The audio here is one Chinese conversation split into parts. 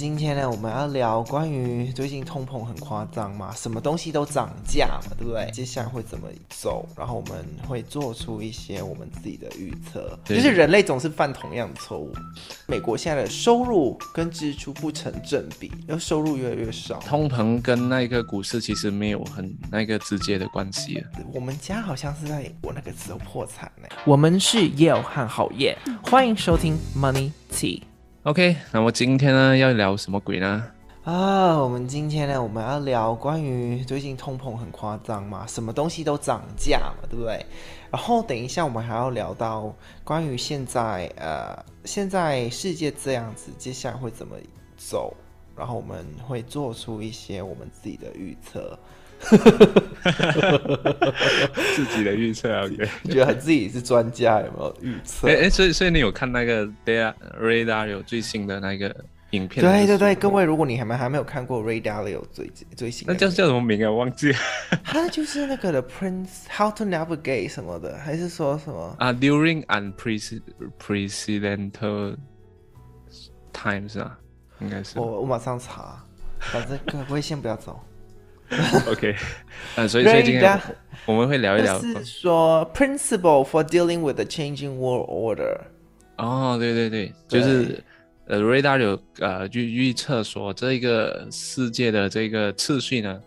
今天呢，我们要聊关于最近通膨很夸张嘛，什么东西都涨价嘛，对不对？接下来会怎么走？然后我们会做出一些我们自己的预测。对就是人类总是犯同样的错误。美国现在的收入跟支出不成正比，然后收入越来越少。通膨跟那个股市其实没有很那个直接的关系啊的。我们家好像是在我那个时候破产呢、我们是叶和好业，欢迎收听 Money Tea。 OK，那么今天呢要聊什么鬼呢？啊，我们今天呢，我们要聊关于最近通膨很夸张嘛，什么东西都涨价嘛，对不对？然后等一下我们还要聊到关于现在呃，现在世界这样子，接下来会怎么走？然后我们会做出一些我们自己的预测，自己的预测啊 OK。觉得自己是专家有没有预测？哎哎，所以所以你有看那个 Dea- Radario 最新的那个影片？对对对，各。位，如果你还没还没有看过 Ray Dalio 最最新的那那叫个，叫什么名啊？忘记 了他就是那个的 Prince How to Navigate 什么的，还是说什么？啊。During unprecedented times 啊，应该是我。 我马上查，反正各位先不要走。 OK，呃，所以所以今天 Radar- 我们会聊一聊就。是说，principle for dealing with the changing world order。哦，对对对，对就是呃，瑞达有呃预预测说，这个世界的这个次序呢，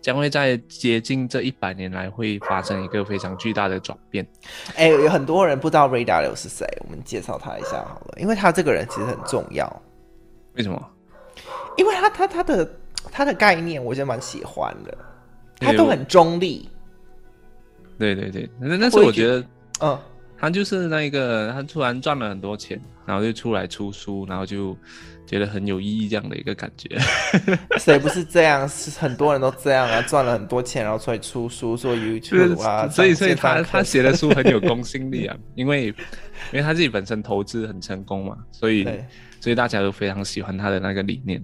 将会在接近这一百年来会发生一个非常巨大的转变。 哎，有很多人不知道 Ray Dalio 是谁，我们介绍他一下好了，因为他这个人其实很重要，为什么？因为他他他的他的概念我觉得蛮喜欢的，他对都我很中立。对对对，但但是我也我觉觉得嗯，他就是那个，他突然赚了很多钱，然后就出来出书，然后就觉得很有意义这样的一个感 觉。 谁不是这样？是很多人都这样啊，赚了很多钱，然后出来出书做 YouTube 啊，所以所以上线他上他课写的书很有公信力啊，因为因为他自己本身投资很成功嘛，所以对所以大家都非常喜欢他的那个理念。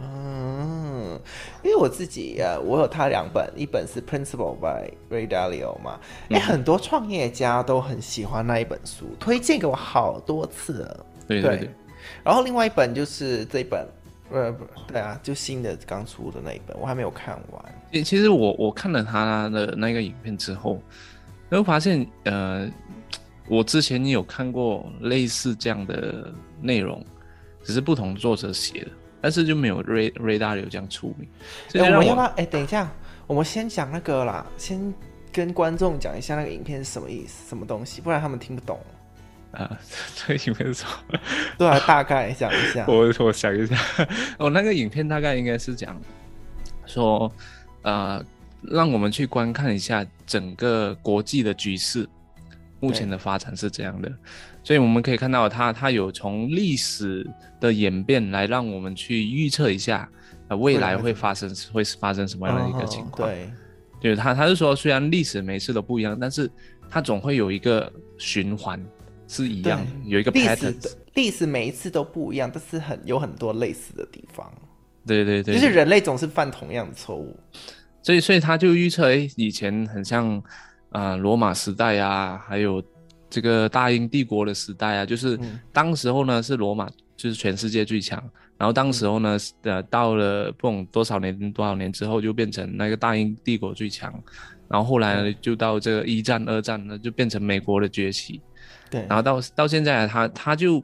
嗯，因为我自己呃，我有他两本，一本是《Principle by Ray Dalio》嘛，嗯哎、很多创业家都很喜欢那一本书，推荐给我好多次了。对对对对，然后另外一本就是这本，呃，不对啊，就新的刚出的那一本，我还没有看完。其其实我我看了他的那个影片之后，然后发现呃，我之前也有看过类似这样的内容，只是不同作者写的，但是就没有瑞瑞大流这样出名。所以哎，我让们要不要？哎，等一下，我们先讲那个啦，先跟观众讲一下那个影片是什么意思，什么东西，不然他们听不 懂。呃，这个影片是什么？对啊，大概讲一下。我 我想一下，哦，那个影片大概应该是讲说，呃，让我们去观看一下整个国际的局势，目前的发展是这样的，所以我们可以看到它它有从历史的演变来让我们去预测一下，呃，未未来来会会发生会发生什么样的一嗯个情况。对，对他，他是说虽然历史每次都不一样，但是它总会有一个循环是一样的，有一个历史 pattern 的。历史每一次都不一样，但是很有很多类似的地方，对对对，就是人类总是犯同样的错误。所以所以他就预测，诶，以前很像，啊罗马时代啊，还有这个大英帝国的时代啊，就是嗯当时候呢是罗马就是全世界最强，然后当时嗯候呢，呃，到了不懂多少年多少年之后，就变成那个大英帝国最强，然后后来嗯呢就到这个一战、二战呢，就变成美国的崛起，对，然后到到现在啊他他就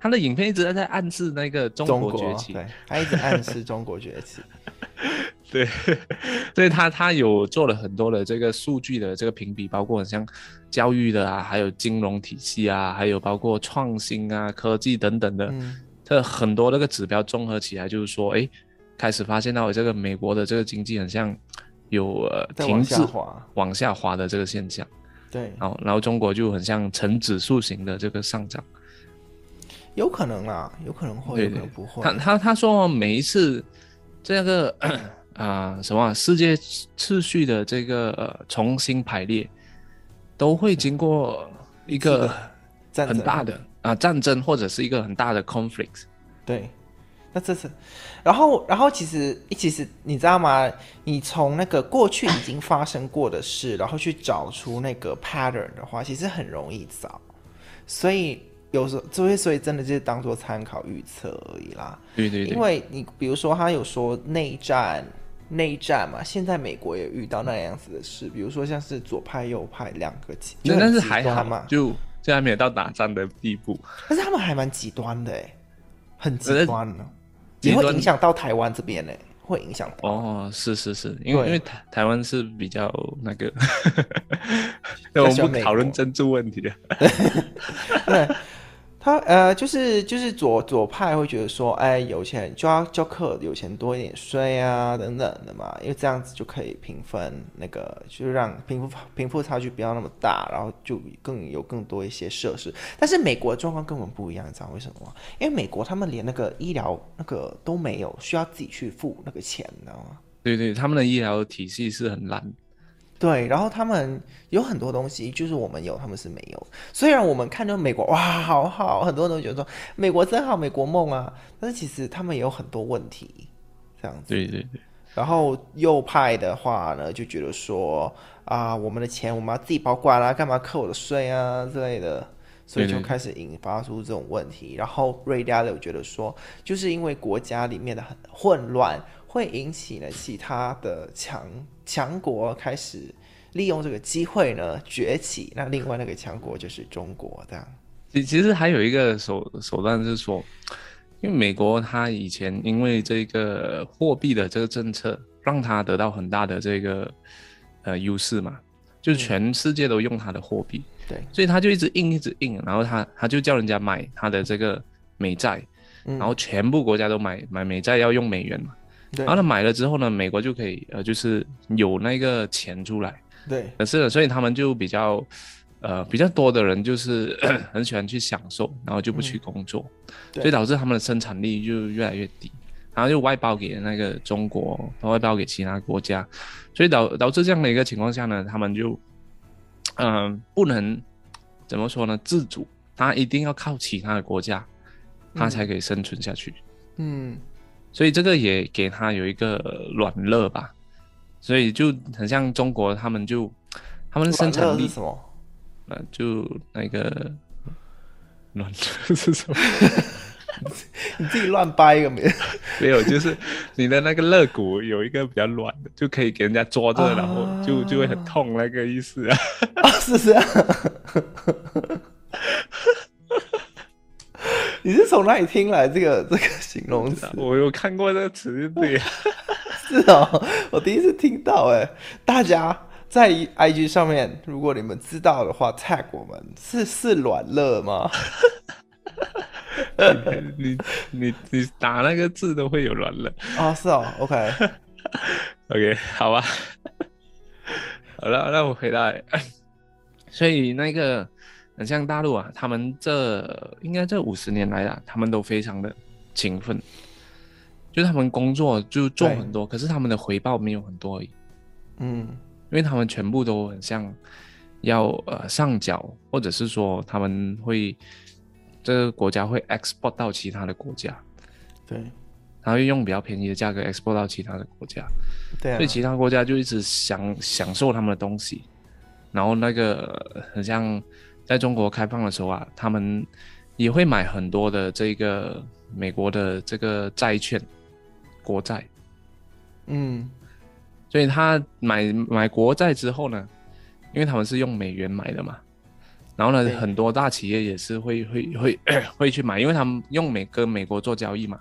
他的影片一直在在暗示那个中中国崛起，对，他一直暗示中国崛 起。对，所以他他有做了很多的这个数据的这个评比，包括像教育的啊，还有金融体系啊，还有包括创新啊、科技等等的，嗯，这很多那个指标综合起来，就是说，哎，开始发现到这个美国的这个经济很像有呃再停往滞下滑。往下滑的这个现象，对，然后然后中国就很像呈指数型的这个上涨。有可能啦，有可能会，对有可对能不会他。他他说哦每一次这个 啊、什么啊世界次序的这个、呃、重新排列，都会经过一个战很争大的啊、战争或者是一个很大的 conflict。对，那这是，然后然后其实其实你知道吗？你从那个过去已经发生过的事，然后去找出那个 pattern 的话，其实很容易找。所以有时候所以所以真的就是当做参考预测而已啦。对对对，因为你比如说他有说内战，内战嘛，现在美国也遇到那样子的事，比如说像是左派右派两个极，对一个但很是极还端好嘛，，就这还没有到打仗的地步。但是他们还蛮极端的哎，很可极是端呢，呃极也会端影响到台湾这边呢，欸会影响到。哦，是是是，因为对因为台台湾是比较那个，较那 我喜们欢不美讨论国政治问题了。他呃，就是就是左左派会觉得说，哎，有钱人就要就要课有钱多一点税啊，等等的嘛，因为这样子就可以平分那个，就是让贫富贫富差距不要那么大，然后就更有更多一些设施。但是美国的状况跟我们不一样，你知道为什么吗？因为美国他们连那个医疗那个都没有，需要自己去付那个钱，你知道吗？对对，他们的医疗体系是很烂，对，然后他们有很多东西，就是我们有，他们是没有。虽然我们看到美国哇，好好，很多人都觉得说美国真好，美国梦啊，但是其实他们也有很多问题，这样子。对对对，然后右派的话呢，就觉得说啊，我们的钱我们要自己保管啊啦、干嘛扣我的税啊之类的，所以对就对开始引发出这种问题。然后瑞达的觉得说，就是因为国家里面的很混乱，会引起呢其他的强强国开始利用这个机会呢崛起。那另外那个强国就是中国，这样其其实还有一个手手段是说，因为美国它以前因为这个货币的这个政策，让它得到很大的这个呃优势嘛，嗯就是全世界都用它的货币，对，所以它就一直印一直印，然后它它就叫人家买它的这个美债，嗯然后全部国家都买买美债要用美元嘛，对然后呢买了之后呢，美国就可以呃就是有那个钱出来。对可是呢，所以他们就比较，呃，比较多的人就是 很喜欢去享受，然后就不去工作，嗯对所以导致他们的生产力就越来越低，然后就外包给那个中国，外包给其他国家，所以导导致这样的一个情况下呢，他们就，嗯、不能怎么说呢，自主，他一定要靠其他的国家，他才可以生存下去。嗯，所以这个也给他有一个软肋吧，所以就很像中国，他们就他们的生软产肋力是什么？呃，就那个软肋是什么？你自己乱掰一个名。没有，就是你的那个肋骨有一个比较软的，就可以给人家抓着，然后就就会很痛那个意思啊。啊， 是这样。你是从哪里听来这个这个形容词？我有看过这个词，对啊，是哦，我第一次听到哎。大家在 IG 上面，如果你们知道的话，tag 我们是是软乐吗？你你你打那个字都会有软肋。啊，是哦，OK， OK，好吧， 好了，那我回来。 所以那个很像大陆啊，他们这应该这五十年来啊，他们都非常的勤奋，就是他们工作就做对很多，可是他们的回报没有很多而已，因嗯，为他们全部都很像要呃上缴，或者是说他们会这个国家会 export 到其他的国家，对，然后用比较便宜的价格 export 到其他的国家。对啊所以，其他国家就一直享享受他们的东西，然后那个呃很像在中国开放的时候啊，他们也会买很多的这个美国的这个债券，国债，嗯，所以他买买国债之后呢，因为他们是用美元买的嘛，然后呢对，很多大企业也是会会会 会去买，因为他们用美跟美国做交易嘛，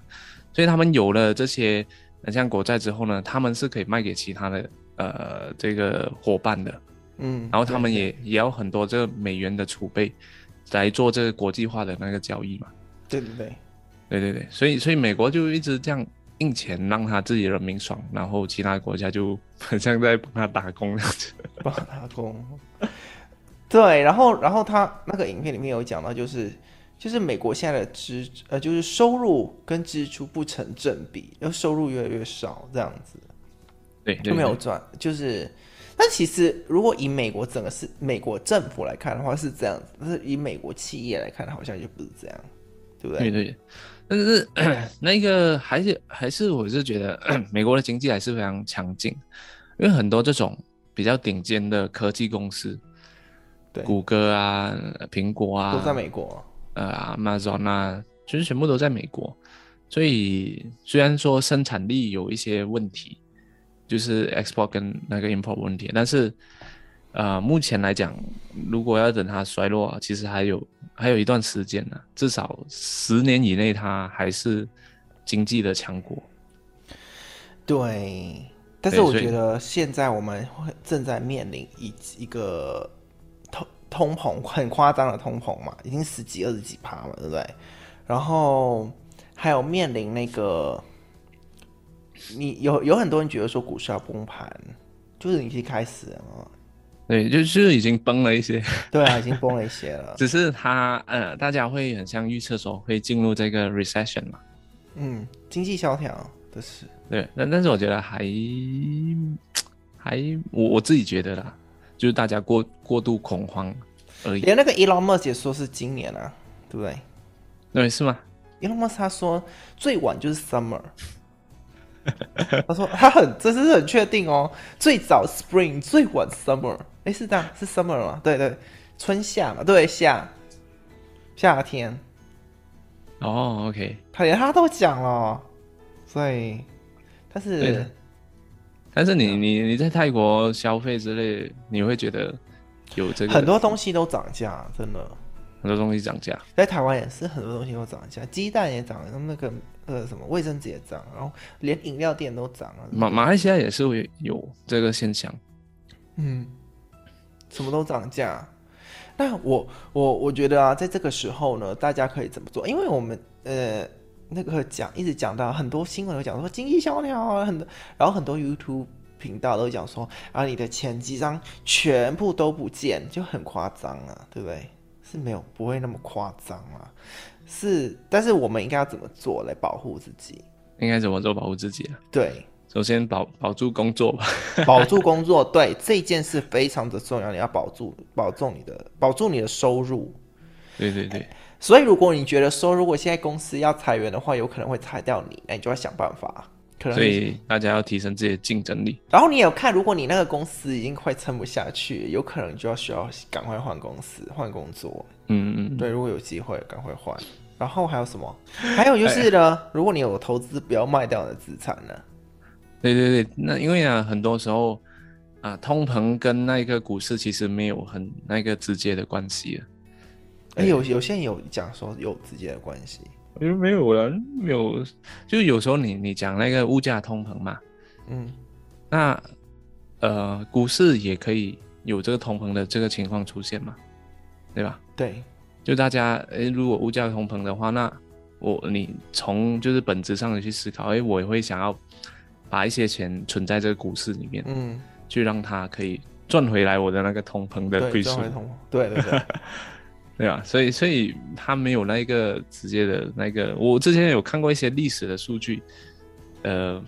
所以他们有了这些很像国债之后呢，他们是可以卖给其他的呃这个伙伴的，嗯，然后他们也也要很多这个美元的储备来做这个国际化的那个交易嘛，对对对，对对对，所以所以美国就一直这样印钱让他自己人民爽，然后其他国家就 很像在帮他打工那样 子。帮他打工。对，然后然后他那个影片里面有讲到，就是就是美国现在的支呃，就是收入跟支出不成正比，然后收入越来越少，这样子对，对就没有对赚，就是。但其实，如果以美国整个是美国政府来看的话是这样子，但是以美国企业来看，好像就不是这样，对不对？对对，但是 那个还是还是我是觉得 美国的经济还是非常强劲，因为很多这种比较顶尖的科技公司，对谷歌啊、苹果啊，都在美国，呃 Amazon 啊，就是全部都在美国。所以虽然说生产力有一些问题，就是 export 跟那个 import 问题，但是呃，目前来讲，如果要等它衰落，其实还有还有一段时间呢、至少十年以内，它还是经济的强国。对，但是对我所以觉得现在我们会正在面临一一个通通膨很夸张的通膨嘛，已经十几二十几趴嘛，对不对？然后还有面临那个，你有有很多人觉得说股市要崩盘，就是已经开始了嘛，对，就是已经崩了一些，，对啊，已经崩了一些了只是它呃，大家会很像预测说会进入这个 recession 嘛。嗯，经济萧条的是，对，但但是我觉得还还我我自己觉得啦，就是大家过过度恐慌而已。连那个 Elon Musk 也说是今年啊，对不对对，是吗？ ？Elon Musk 他说最晚就是 summer，他说他很这是很确定哦，最早 spring，最晚 summer，哎是这样是 summer 吗？对对，春夏嘛，对夏夏天，哦，OK，他连他都讲了，所以但对是的但是啊你你你在泰国消费之类，你会觉得有这个很多东西都涨价，真的。很多东西涨价，在台湾也是很多东西都涨价，鸡蛋也涨，然后那个呃什么卫生纸也涨，然后连饮料店都涨了，马马来西亚也是会有这个现象。嗯，什么都涨价。那我我我觉得啊，在这个时候呢，大家可以怎么做？因为我们呃那个讲一直讲到很多新闻有讲说经济萧条啊，很多，然后很多 YouTube 频道都讲说啊，你的前几张全部都不见，就很夸张啊，对不对？是没有不会那么夸张啊，是，但是我们应该要怎么做来保护自己？应该怎么做保护自己啊？对，首先保保住工作吧。保住工作，对这件事非常的重要，你要保住保重你的保住你的收入。对对对，所以如果你觉得说，如果现在公司要裁员的话，有可能会裁掉你，那你就要想办法。可能所以大家要提升自己的竞争力。然后你也有看，如果你那个公司已经快撑不下去，有可能就要需要赶快换公司、换工作。嗯嗯嗯，对，如果有机会，赶快换。然后还有什么？还有哎就是呢，如果你有投资，不要卖掉你的资产呢。对对对，那因为啊，很多时候啊，通膨跟那个股市其实没有很那个直接的关系啊。哎，有有些人有讲说有直接的关系。我觉得没有了，没有，就有时候你你讲那个物价通膨嘛，嗯，那呃，股市也可以有这个通膨的这个情况出现嘛，对吧？对，就大家诶，如果物价通膨的话，那我你从就是本质上的去思考，诶，我也会想要把一些钱存在这个股市里面，嗯。去让它可以赚回来我的那个通膨的对，倍中数回，通，对对对，对吧？所以所以它没有那个直接的那个，我之前有看过一些历史的数据，呃，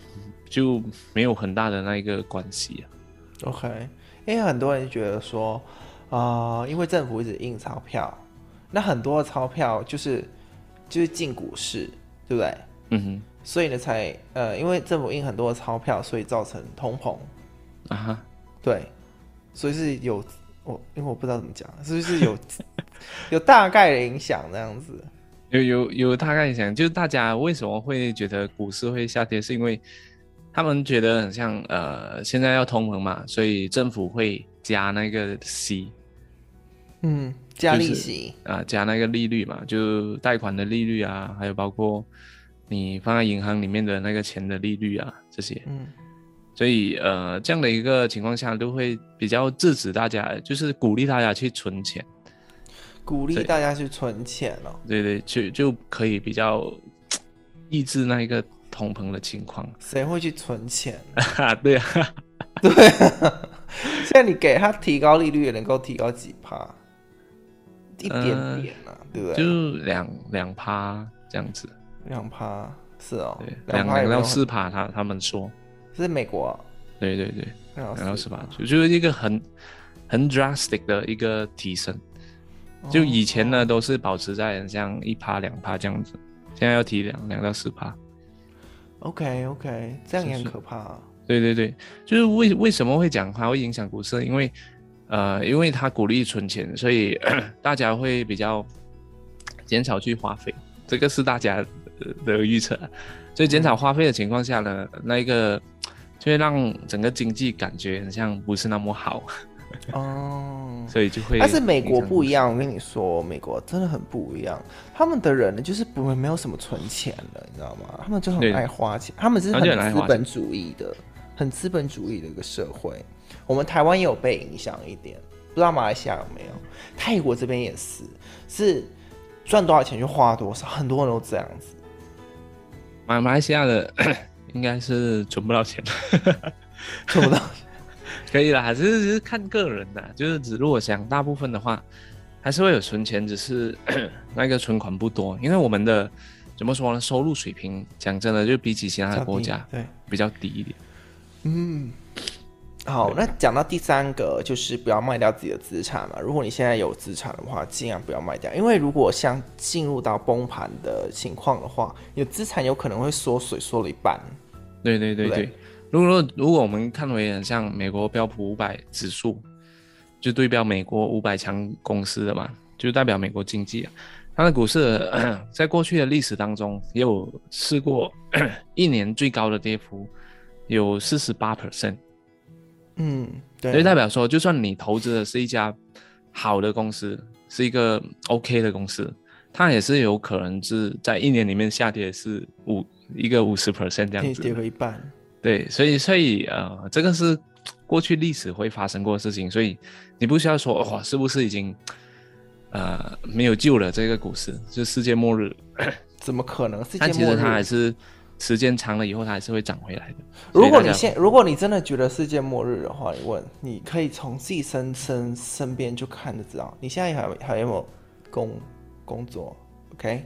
就没有很大的那一个关系啊。 OK，因为很多人觉得说，啊、因为政府一直印钞票，那很多的钞票就是就是进股市，对不对？嗯所以呢才呃，因为政府印很多的钞票，所以造成通膨，哼，啊哈，对，所以是有我因为我不知道怎么讲，是不是有有大概的影响这样子？有有有大概想，就是大家为什么会觉得股市会下跌，是因为他们觉得很像呃，现在要通膨嘛，所以政府会加那个息嗯，加就利是息，啊、加那个利率嘛，就贷款的利率啊，还有包括你放在银行里面的那个钱的利率啊这些，嗯所以呃，这样的一个情况下，都会比较制止大家，就是鼓励大家去存钱，鼓励对大家去存钱哦。对对，就就可以比较抑制那一个通膨的情况。 谁会去存钱？啊，对啊，对啊， 现在你给他提高利率，也能够提高几趴？一点点啊，对不对？呃就两两趴这样子，两趴是哦对，，两两趴也两没有到很四趴，他他们说，是美国对对对，两两到四趴趴，，就就是一个很很 drastic 的一个提升。哦就以前呢，都是保持在很像一趴两趴这样子，现在要提两两到四趴。 OK OK，这样也很是是可怕啊。对对对，就是为为什么会讲它会影响股市？因为 呃，因为它鼓励存钱，所以大家会比较减少去花费，这个是大家的预测。啊所以减少花费的情况下呢，那一个就会让整个经济感觉很像不是那么好，哦，所以就会。但是美国不一，样，我跟你说，美国真的很不一样。他们的人呢，就是不没有什么存钱的，你知道吗？他们就很对爱花钱，他们是他很们就很爱资花本主义的，很资本主义的一个社会。我们台湾也有被影响一点，不知道马来西亚有没有？泰国这边也是，是赚多少钱就花多少，很多人都这样子。马马来西亚的 应该是存不到钱，怎 么的？啊可以啦，还是只是看个人的，就是只如果想大部分的话，还是会有存钱，只是 那个存款不多，因为我们的怎么说呢，收入水平讲真的，就比起其他的国家对。比较低一点。好，那讲到第三个就是不要卖掉自己的资产嘛。如果你现在有资产的话，尽量不要卖掉，因为如果像进入到崩盘的情况的话，你的资产有可能会缩水，缩了一半。对对对对对，如果如果我们看为很像美国标普五百指数，就对标美国五百强公司的嘛，就代表美国经济啊。它的股市 呃在过去的历史当中也有试过 一年最高的跌幅有四十八 percent，嗯，所以对，代表说，就算你投资的是一家好的公司，是一个 OK 的公司，它也是有可能是在一年里面下跌是五一个五十 percent 这可样以子跌的。个一半。对，所以所以呃，这个是过去历史会发生过的事情，所以你不需要说哇，是不是已经呃没有救了这个股市，就世界末日？怎么可能？世界但其末实它还日？是时间长了以后，它还是会涨回来的。所以如果大你家现，如果你真的觉得世界末日的话，你问，你可以从自己身身身边就看得知道，你现在还还有没有工工作？OK，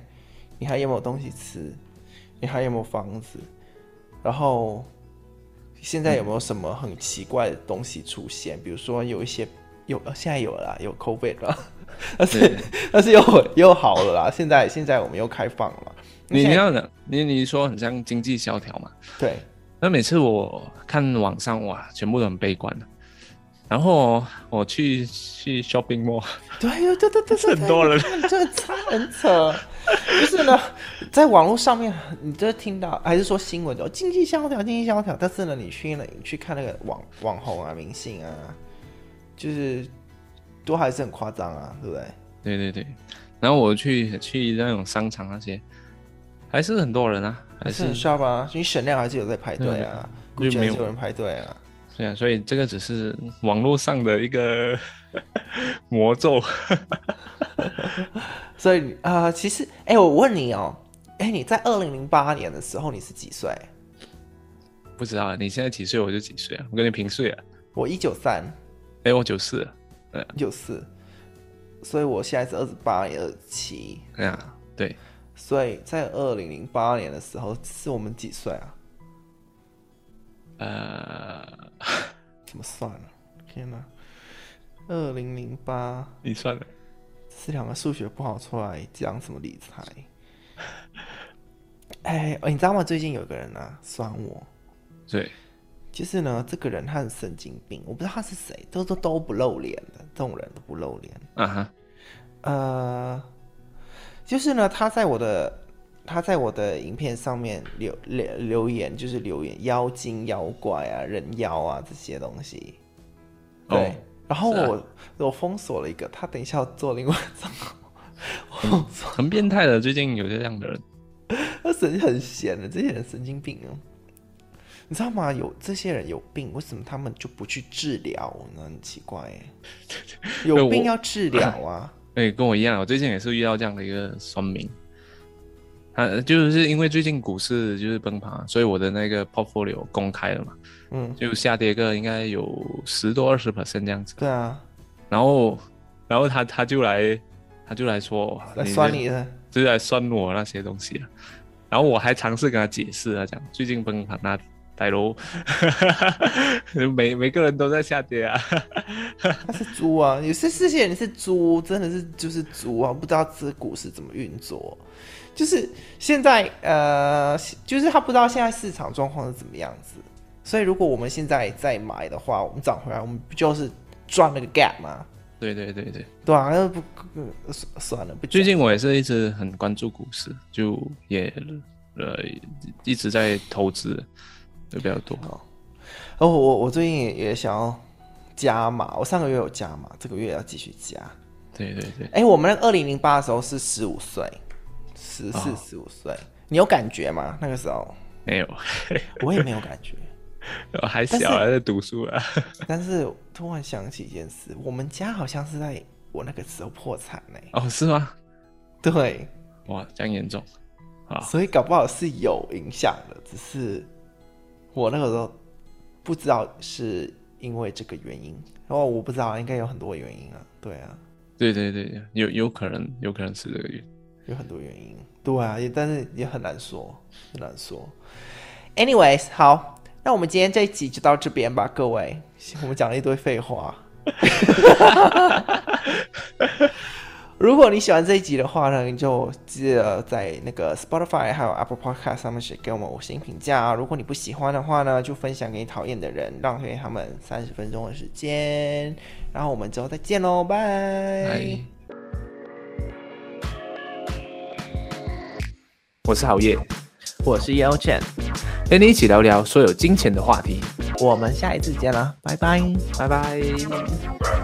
你还有没有东西吃？你还有没有房子？然后现在有没有什么很奇怪的东西出现？比如说有一些有呃现在有了啦，有 COVID 了， 但是对但是又又好了啦。现在现在我们又开放了，那你现你在要的，你你说很像经济萧条嘛？对那每次我看网上哇，全部都很悲观的。啊然后哦我去去 shopping mall，对对对对对， 很多人对， 这差很扯。就是呢，在网络上面，你就听到还是说新闻的哦经济萧条，经济萧条。但是呢，你去呢，你去看那个网网红啊、明星啊，就是都还是很夸张啊，对不对？对对对，然后我去去那种商场那些，还是很多人啊，还是是很刷吧？因为闪亮还是有在排队啊，估对计就还没是有有人排队啊。对啊，所以这个只是网络上的一个 魔咒。所以啊、呃其实，哎、我问你哦、哎、你在二零零八年的时候你是几岁？不知道你现在几岁，我就几岁啊，我跟你平岁啊，我一九三。哎，我九四，六四，所以我现在是二十八也二十七，哎呀，对，所以在二零零八年的时候是我们几岁啊？呃，怎么算啊？天哪！二零零八你算了，是两个数学不好出来讲什么理财？哎、你知道吗？最近有个人啊酸我，对，就是呢，这个人他很神经病，我不知道他是谁，都都都不露脸的，这种人都不露脸。啊哈，呃，就是呢，他在我的他在我的影片上面留留留言，就是留言妖精、妖怪啊、人妖啊这些东西。哦对，然后是啊我、我封锁了一个，他等一下要做另外一张，我封锁，很变态的，最近有这样的人，他神很闲的，这些人神经病啊。你知道吗？有这些人有病，为什么他们就不去治疗呢？很奇怪 欸，有我病要治疗啊。对，哎跟我一样，我最近也是遇到这样的一个酸民，他就是因为最近股市就是崩盘，所以我的那个 portfolio 公开了嘛。嗯，就下跌个应该有十多二十 percent 这样子。对啊，然后，然后他他就来，他就来说，来这酸你的。就是来酸我那些东西啊。然后我还尝试跟他解释啊，讲最近崩盘啊，歹 楼，每每个人都在下跌啊。 他是猪啊，有些这些人是猪，真的是就是猪啊，不知道这股市怎么运作。就是现在呃，就是他不知道现在市场状况是怎么样子，所以如果我们现在再买的话，我们涨回来，我们不就是赚那个 gap 吗？对对对对，对啊，那不算算了，不讲最近我也是一直很关注股市，就也呃一直在投资，就比较多。哦，我我最近也也想要加码，我上个月有加码，这个月要继续加。对对对，哎、我们那二零零八的时候是十五岁，十四哦十五岁，你有感觉吗？那个时候没有， 我也没有感觉，我还小还在读书啊。但是突然想起一件事，我们家好像是在我那个时候破产呢、哦，是吗？对，哇，这样严重啊！所以搞不好是有影响的，只是我那个时候不知道是因为这个原因，然后我不知道应该有很多原因啊，对啊，对对对，有有可能，有可能是这个原因。有很多原因，对啊，也但是也很难说，很难说。Anyways，好，那我们今天这一集就到这边吧，各位，我们讲了一堆废 话。如果你喜欢这一集的话呢，你就记得在那个 Spotify 还有 Apple Podcast 上面写给我们五星评价啊。如果你不喜欢的话呢，就分享给你讨厌的人，浪费他们三十分钟的时间。然后我们之后再见喽，拜哎。我是郝烨，我是 Yao Chen，陪你一起聊聊所有金钱的话题。我们下一次见啦，拜拜。拜拜。